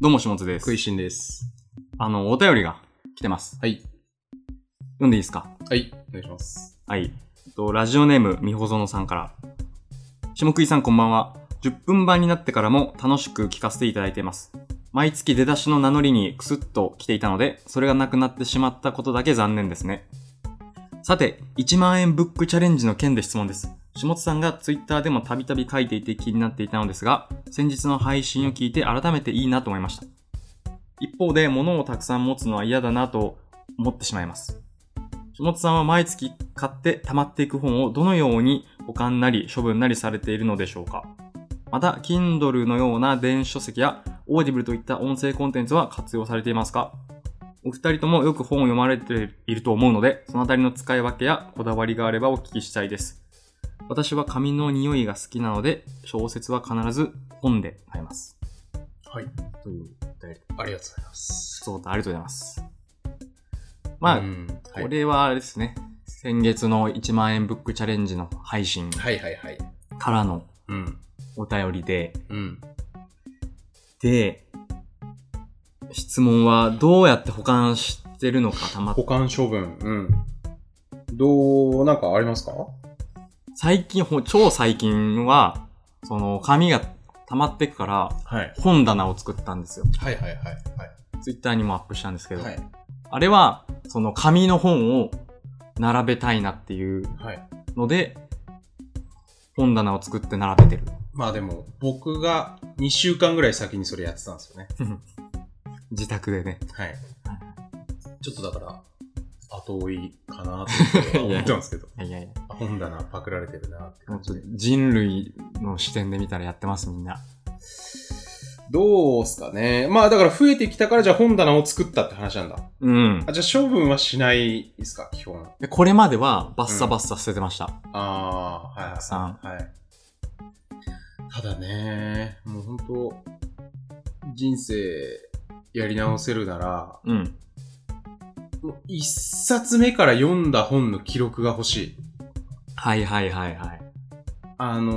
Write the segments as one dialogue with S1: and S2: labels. S1: どうも、しもつです
S2: 食。いしんです。
S1: あの、お便りが来てます。
S2: はい。
S1: 読んでいいですか
S2: はい。お願いします。
S1: はい。えっと、ラジオネーム、みほぞのさんから。下食いさんこんばんは。10分版になってからも楽しく聞かせていただいています。毎月出だしの名乗りにクスッと来ていたので、それがなくなってしまったことだけ残念ですね。さて、1万円ブックチャレンジの件で質問です。下津さんがツイッターでもたびたび書いていて気になっていたのですが、先日の配信を聞いて改めていいなと思いました。一方で、物をたくさん持つのは嫌だなと思ってしまいます。下津さんは毎月買って溜まっていく本をどのように保管なり処分なりされているのでしょうかまた、Kindle のような電子書籍や Audible といった音声コンテンツは活用されていますかお二人ともよく本を読まれていると思うので、そのあたりの使い分けやこだわりがあればお聞きしたいです。私は紙の匂いが好きなので、小説は必ず本で買います。
S2: はい。
S1: という、
S2: ありがとうございます。
S1: そうだ、ありがとうございます。まあ、
S2: うんはい、
S1: これはあれですね。先月の1万円ブックチャレンジの配信
S2: はいはいはい。
S1: からの
S2: うん。
S1: お便りで、
S2: うん。
S1: で、質問はどうやって保管してるのかたま
S2: 保管処分。うん。どう、なんかありますか
S1: 最近、ほ超最近は、その紙が溜まってくから、
S2: はい。
S1: 本棚を作ったんですよ。
S2: はいはいはい。
S1: ツイッターにもアップしたんですけど、
S2: はい。はい。
S1: あれは、その紙の本を並べたいなっていう
S2: はい。
S1: ので、本棚を作って並べてる。
S2: まあでも、僕が2週間ぐらい先にそれやってたんですよね。
S1: 自宅でね。
S2: はい。ちょっとだから、後追いかなって思ってますけど。
S1: いやいやいや。
S2: 本棚パクられてるなって
S1: も
S2: 感
S1: っ
S2: じ
S1: と
S2: で。
S1: 人類の視点で見たらやってますみんな。
S2: どうすかね。まあだから増えてきたからじゃあ本棚を作ったって話なんだ。
S1: うん
S2: あ、。じゃあ処分はしないですか、基本。
S1: でこれまではバッサバッサ捨ててました。
S2: ああ、はい。
S1: たくさん。
S2: はい。ただね、もう本当人生やり直せるなら、
S1: うん。
S2: もう一冊目から読んだ本の記録が欲しい。
S1: はいはいはいはい。
S2: あの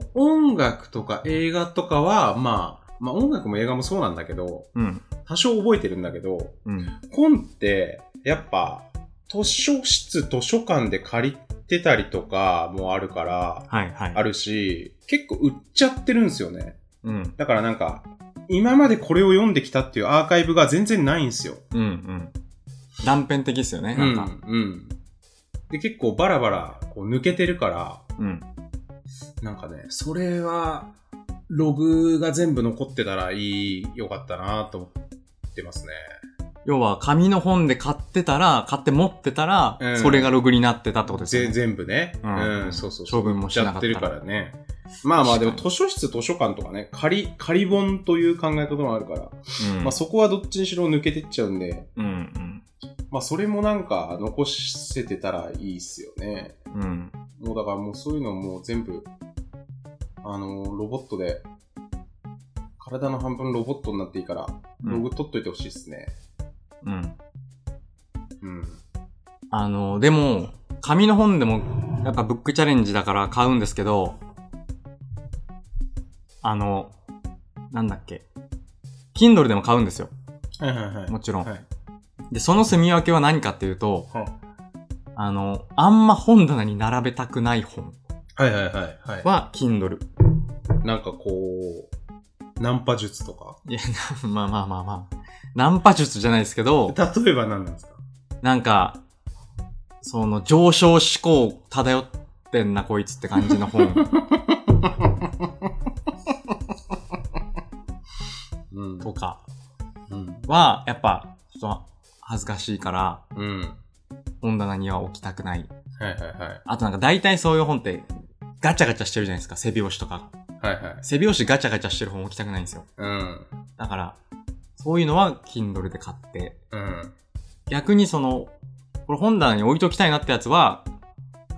S2: ー音楽とか映画とかは、まあ、まあ音楽も映画もそうなんだけど、
S1: うん。
S2: 多少覚えてるんだけど、
S1: うん。
S2: 本って、やっぱ、図書室、図書館で借りてたりとかもあるから、
S1: はいはい。
S2: あるし、結構売っちゃってるんですよね。
S1: うん。
S2: だからなんか、今までこれを読んできたっていうアーカイブが全然ないんですよ。
S1: うんうん。断片的ですよね、
S2: う
S1: なん
S2: ん、
S1: か。
S2: うん。で、結構バラバラ、こう抜けてるから、
S1: うん。
S2: なんかね、それは、ログが全部残ってたらいい、よかったなと思ってますね。
S1: 要は、紙の本で買ってたら、買って持ってたら、
S2: うん
S1: それがログになってたってことですよ
S2: ぜ
S1: ね。
S2: 全部ね。
S1: う
S2: うんん、そうそうそう。
S1: 処分もしなかったら
S2: やってるからね。まあまあ、でも
S1: 確
S2: 図書室、図書館とかね、仮、仮本という考え方もあるから、
S1: うん。
S2: まあそこはどっちにしろ抜けてっちゃうんで、
S1: うん
S2: まあそれもなんか残せてたらいいっすよね。
S1: うん。うん。
S2: もうだからもうそういうのもう全部、あのーロボットで、体の半分ロボットになっていいから、
S1: うん
S2: ログ取っといてほしいっすね。
S1: うん。
S2: うん。
S1: あの、でも、紙の本でも、やっぱブックチャレンジだから買うんですけど、あの、なんだっけ。Kindle でも買うんですよ。
S2: はいはいはい
S1: もちろん。
S2: はい
S1: で、その住み分けは何かっていうと、
S2: はい
S1: あの、あんま本棚に並べたくない本
S2: はいはいはいは
S1: は Kindle。
S2: い。なんかこう、ナンパ術とか
S1: いや、 なまあまあまあまあ。ナンパ術じゃないですけど、
S2: 例えば何なんですか
S1: なんか、その上昇志向漂ってんなこいつって感じの本
S2: うん
S1: と か
S2: うん。
S1: は、やっぱ、ちょっと恥ずかしいから、
S2: うん。
S1: 本棚には置きたくない。
S2: はいはいはい。
S1: あとなんか大体そういう本って、ガチャガチャしてるじゃないですか、背表紙とか。
S2: はいはい。
S1: 背表紙ガチャガチャしてる本置きたくないんですよ。
S2: うん。
S1: だから、そういうのは Kindle で買って、
S2: うん。
S1: 逆にその、これ本棚に置いときたいなってやつは、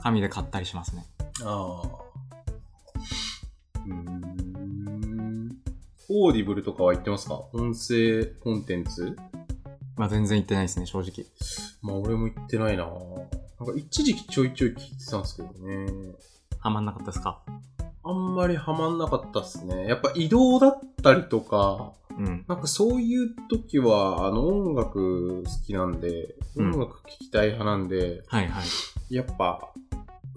S1: 紙で買ったりしますね。
S2: ああ。うーん。オーディブルとかは言ってますか音声コンテンツ
S1: まあ全然行ってないですね、正直。
S2: まあ俺も言ってないななんか一時期ちょいちょい聞いてたんですけどね。
S1: ハマんなかったですか
S2: あんまりハマんなかったっすね。やっぱ移動だったりとか、
S1: うん。
S2: なんかそういう時は、あの音楽好きなんで、
S1: うん
S2: 音楽聴きたい派なんで、
S1: はいはい。
S2: やっぱ、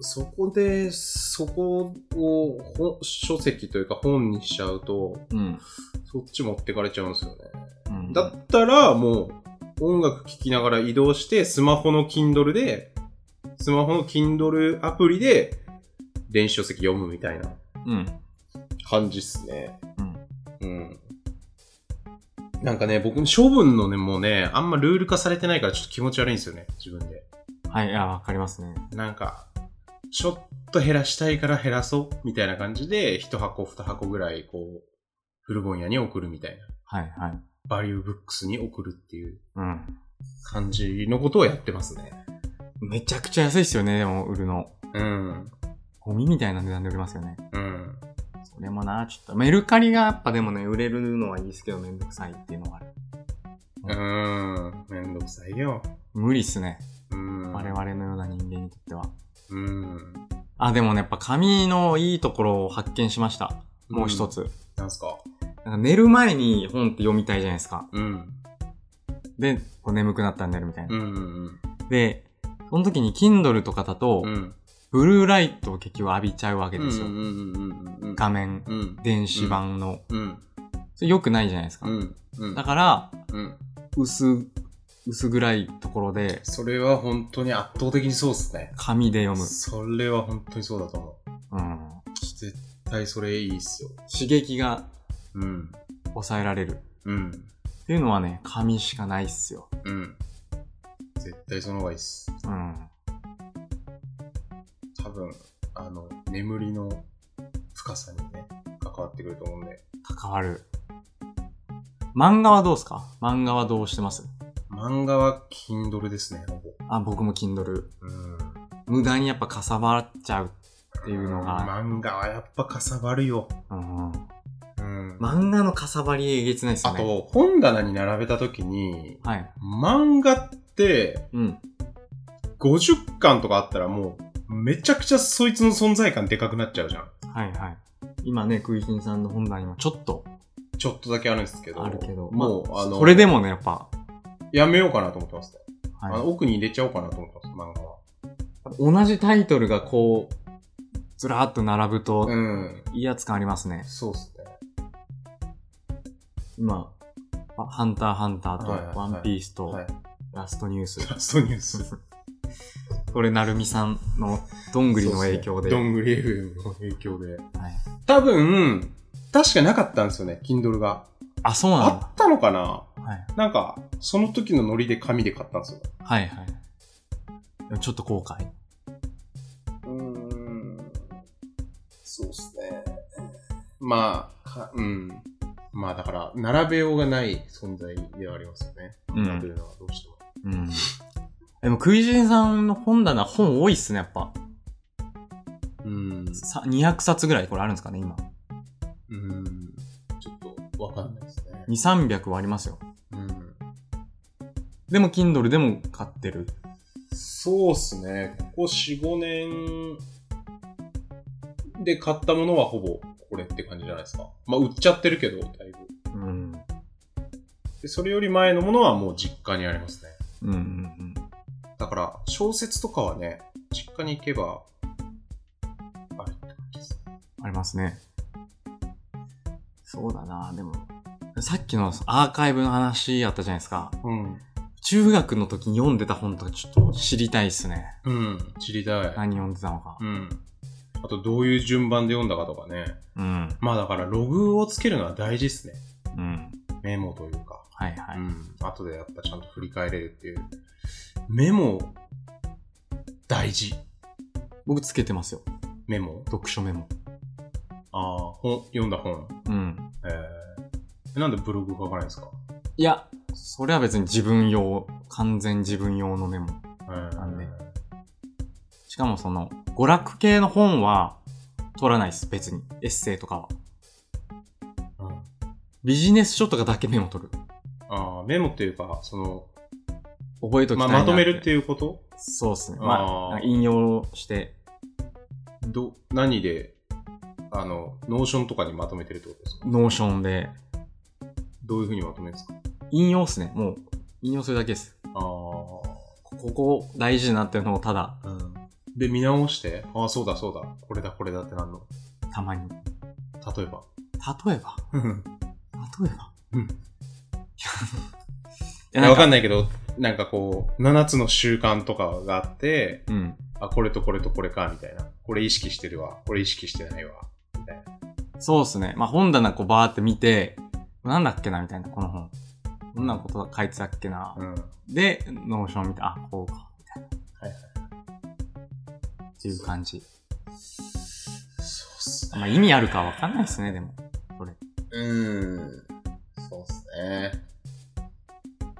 S2: そこで、そこをほ書籍というか本にしちゃうと、
S1: うん。
S2: そっち持ってかれちゃうんですよね。
S1: うん
S2: だったら、もう、音楽聴きながら移動して、スマホの Kindle で、スマホの Kindle アプリで、電子書籍読むみたいな
S1: うん。
S2: 感じっすね。
S1: うん。
S2: うん。なんかね、僕、処分のね、もうね、あんまルール化されてないからちょっと気持ち悪いんですよね、自分で。
S1: はい、あ、わかりますね。
S2: なんか、ちょっと減らしたいから減らそう、みたいな感じで、一箱二箱ぐらい、こう、古本屋に送るみたいな。
S1: はいはい。
S2: バリューブックスに送るっていう
S1: うん。
S2: 感じのことをやってますね。
S1: めちゃくちゃ安いっすよね、でも、売るの。
S2: うん。
S1: ゴミみたいな値段で売れますよね。
S2: うん。
S1: それもな、ちょっと。メルカリがやっぱでもね、売れるのはいいですけど、めんどくさいっていうのがある。
S2: うん。めんどくさいよ。
S1: 無理っすね。
S2: うん。
S1: 我々のような人間にとっては。
S2: うん。
S1: あ、でもね、やっぱ紙のいいところを発見しました。もう一つ。
S2: なんすか
S1: なんか寝る前に本って読みたいじゃないですか。
S2: うん。
S1: で、こう眠くなったら寝るみたいな。
S2: うん。
S1: で、その時に Kindle とかだと、
S2: うん。
S1: ブルーライトを結局浴びちゃうわけですよ。
S2: うんうんうんうんうん。
S1: 画面、
S2: うん。
S1: 電子版の。
S2: うん。
S1: それ良くないじゃないですか。
S2: うん。うん
S1: だ。から、
S2: うん。
S1: 薄、薄暗いところで、
S2: それは本当に圧倒的にそうっすね。
S1: 紙で読む。
S2: それは本当にそうだと思う。
S1: うん。
S2: 絶対それいいっすよ。
S1: 刺激が
S2: うん。
S1: 抑えられる。
S2: うん。
S1: っていうのはね、紙しかないっすよ。
S2: うん。絶対その方がいいっす。
S1: うん。
S2: 多分、あの、眠りの深さにね、関わってくると思うんで。
S1: 関わる。漫画はどうっすか漫画はどうしてます
S2: 漫画は Kindle ですね、ほぼ。
S1: あ、僕も Kindle。
S2: うん。
S1: 無駄にやっぱかさばっちゃうっていうのが、
S2: 漫画はやっぱかさばるよ。
S1: うん
S2: うん。
S1: 漫画のかさばりえげつないっす
S2: あ
S1: よね。
S2: と、本棚に並べた時に、
S1: はい。
S2: 漫画って、
S1: うん。
S2: 50巻とかあったらもう、めちゃくちゃそいつの存在感でかくなっちゃうじゃん。
S1: はいはい。今ね、クイキンさんの本棚にもちょっと
S2: ちょっとだけあるんですけど。
S1: あるけど、
S2: もう、
S1: まあ、
S2: あの、
S1: それでもね、やっぱ、
S2: やめようかなと思ってますね。あの
S1: は
S2: 奥に入れちゃおうかなと思ってます、漫画は。
S1: い、同じタイトルがこう、ずらーっと並ぶと、
S2: うん。
S1: いいやつ感ありますね。
S2: そうっすね。
S1: 今、あハンターハンターと、
S2: はいはいはい
S1: ワンピースと、
S2: はい。
S1: ラストニュース。
S2: ラストニュース。
S1: これ、なるみさんの、どんぐりの影響で。
S2: そうっすねどんぐり FM の影響で。
S1: はい
S2: 多分、確かなかったんですよね、Kindle が。
S1: あ、そうなん
S2: あ
S1: だ。
S2: ったのかな
S1: はい
S2: なんか、その時のノリで紙で買ったんですよ。
S1: はいはい。でもちょっと後悔。
S2: うん。そうっすね。まあ、かうん。まあだから、並べようがない存在ではありますよね。
S1: うん
S2: 並べるのはどうしても。
S1: うん。でも、クイジンさんの本棚、本多いっすね、やっぱ。
S2: うん。
S1: さ200冊ぐらいこれあるんですかね、今。
S2: うん。ちょっと、わかんないですね。
S1: 2、300はありますよ。
S2: うん。
S1: でも、Kindle でも買ってる。
S2: そうっすね。ここ4、5年で買ったものはほぼこれって感じじゃないですか。まあ、売っちゃってるけど、だいぶ。
S1: うん。
S2: で、それより前のものはもう実家にありますね。
S1: うんうんうん。
S2: だから、小説とかはね、実家に行けば、あれって感じです。
S1: ありますね。そうだな、でも。さっきのアーカイブの話あったじゃないですか。
S2: うん。
S1: 中学の時に読んでた本とかちょっと知りたいっすね。
S2: うん。知りたい。
S1: 何読んでたのか
S2: う。ん。あと、どういう順番で読んだかとかね。
S1: うん。
S2: まあだから、ログをつけるのは大事ですね。
S1: うん。
S2: メモというか。
S1: はいは
S2: う
S1: い。
S2: ん。後でやっぱちゃんと振り返れるっていう。メモ、大事。
S1: 僕つけてますよ。
S2: メモ
S1: 読書メモ。
S2: ああ、本、読んだ本。
S1: うん。
S2: えー、なんでブログ書かないんですか
S1: いや、それは別に自分用、完全自分用のメモ。
S2: えー
S1: なんでしかもその、娯楽系の本は取らないです、別に。エッセイとかは。
S2: うん
S1: ビジネス書とかだけメモ取る。
S2: ああ、メモっていうか、その、
S1: 覚えときた
S2: まあ、
S1: いな
S2: まとめるって
S1: いう。
S2: いうこと
S1: そうですね。
S2: あー
S1: まあ、引用して。
S2: ど、何で、あの、ノーションとかにまとめてるってことですか
S1: ノーションで、
S2: どういうふうにまとめるんですか
S1: 引用っすね。もう、引用するだけです。
S2: ああ。
S1: こここ大事だなっていうのをただ、
S2: うん。で、見直して、ああ、そうだそうだ、これだこれだってなんの
S1: たまに。
S2: 例えば。
S1: 例えば、例えば。
S2: うん
S1: い
S2: い
S1: や。
S2: や、わかん
S1: ない。
S2: ないけど、なんかこう、7つの習慣とかがあって、
S1: うん。
S2: あ、これとこれとこれか、みたいな。これ意識してるわ、これ意識してないわ。
S1: そうっすね。まあ、本棚こうバーって見て、なんだっけなみたいな、この本。どんなこと書いてたっけな。
S2: うん。
S1: で、ノーション見て、あ、こうか。みたいな。
S2: はい
S1: はい。っていう感じ。
S2: そうっす
S1: まあ、意味あるかわかんないっすね、でも。
S2: うん。そうっすね。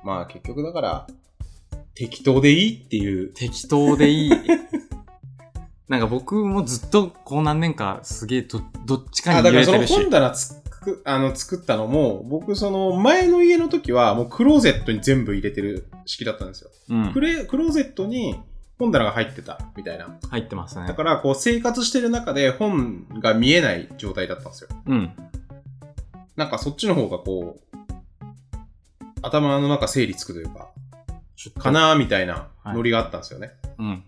S2: まあ結局だから、適当でいいっていう。
S1: 適当でいい。 なんか僕もずっとこう何年かすげえどどっちか
S2: あ、
S1: に
S2: だ
S1: 揺
S2: か
S1: れて
S2: らその
S1: るし。
S2: 本棚つく、あの、作ったのも、僕その前の家の時はもうクローゼットに全部入れてる式だったんですよ。
S1: うん
S2: ク。レ、クローゼットに本棚が入ってたみたいな。
S1: 入ってます
S2: だ
S1: ね
S2: か。らこう生活してる中で本が見えない状態だったんですよ。
S1: うん。
S2: なんかそっちの方がこう、頭の中整理つくというか、
S1: ちょっ
S2: かなーみたいなノリがあったんですよね。
S1: うん。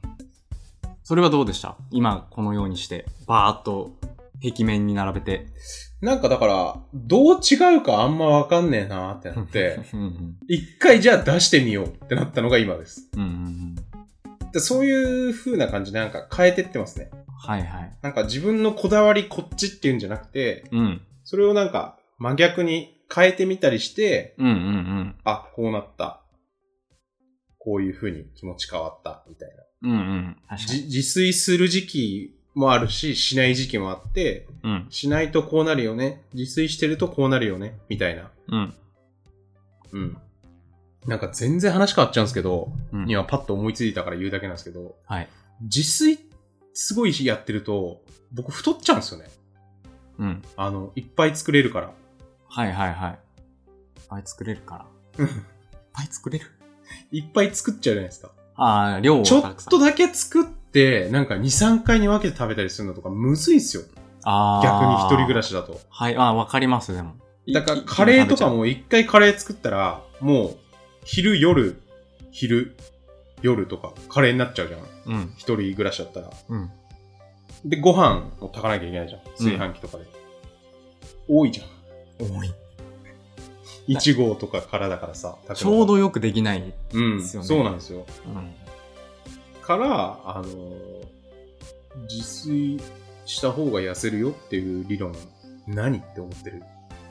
S1: それはどうでした今このようにして、バーっと壁面に並べて。
S2: なんかだから、どう違うかあんまわかんねえなーってなって、
S1: うんうん。
S2: 一回じゃあ出してみようってなったのが今です。
S1: うんうんうん。
S2: でそういう風な感じでなんか変えてってますね。
S1: はいはい。
S2: なんか自分のこだわりこっちっていうんじゃなくて、
S1: うん。
S2: それをなんか真逆に変えてみたりして、
S1: うんうんうん。
S2: あ、こうなった。こういう風に気持ち変わった、みたいな。
S1: うんうん。確かに。
S2: じ自炊する時期もあるし、しない時期もあって、
S1: うん。
S2: しないとこうなるよね。自炊してるとこうなるよね。みたいな。
S1: うん。
S2: うん。なんか全然話変わっちゃうんですけど、
S1: うん、
S2: 今パッと思いついたから言うだけなんですけど、
S1: はい。
S2: 自炊すごいやってると、僕太っちゃうんですよね。
S1: うん。
S2: あの、いっぱい作れるから。
S1: はいはいはい。いっぱい作れるから。い っぱい作れる
S2: いっぱい作っちゃうじゃないですか。
S1: ああ、量を
S2: ちょ
S1: た
S2: っ
S1: くさん。
S2: とだけ作って、なんか2、3回に分けて食べたりするのとかむずいっすよ。
S1: ああ。
S2: 逆に一人暮らしだと。
S1: はい、あ、わかります、でも。
S2: だからカレーとかも一回カレー作ったら、もう昼、夜、昼、夜とかカレーになっちゃうじゃん。
S1: うん。
S2: 一人暮らしだったら。
S1: うん。
S2: で、ご飯を炊かなきゃいけないじゃん。炊飯器とかで。多いじゃん。
S1: 多い。
S2: 1号とかからだからさ。
S1: ちょう
S2: ど。
S1: どよくできない。
S2: う
S1: で
S2: ん。
S1: すよね
S2: そうなんですよ。
S1: うん。
S2: から、あのー自炊した方が痩せるよっていう理論、何って思ってる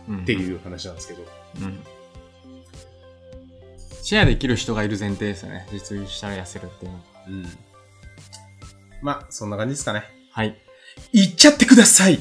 S1: うん、
S2: っていう話なんですけど。
S1: うん。シェアできる人がいる前提ですよね。実現したら痩せるっていうのは。
S2: うん。まあ、そんな感じですかね。
S1: はい。
S2: いっちゃってください